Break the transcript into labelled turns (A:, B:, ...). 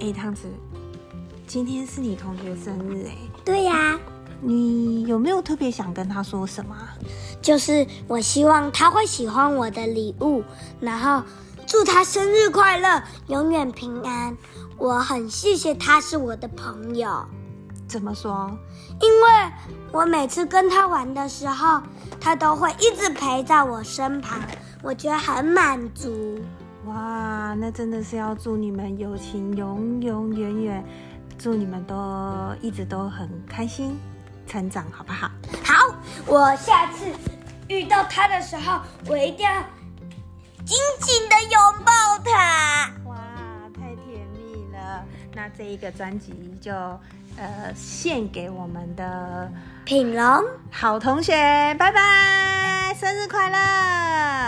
A: 哎、汤子，今天是你同学生日哎、
B: 对呀、
A: 你有没有特别想跟他说什么啊？
B: 就是我希望他会喜欢我的礼物，然后祝他生日快乐，永远平安。我很谢谢他是我的朋友，
A: 怎么说？
B: 因为我每次跟他玩的时候，他都会一直陪在我身旁，我觉得很满足。
A: 哇，那真的是要祝你们友情永永远远，祝你们都一直都很开心成长，好不好？
B: 好，我下次遇到他的时候，我一定要紧紧的拥抱他。
A: 哇，太甜蜜了！那这一个专辑就呃献给我们的
B: 品龙。
A: 好同学，拜拜，生日快乐！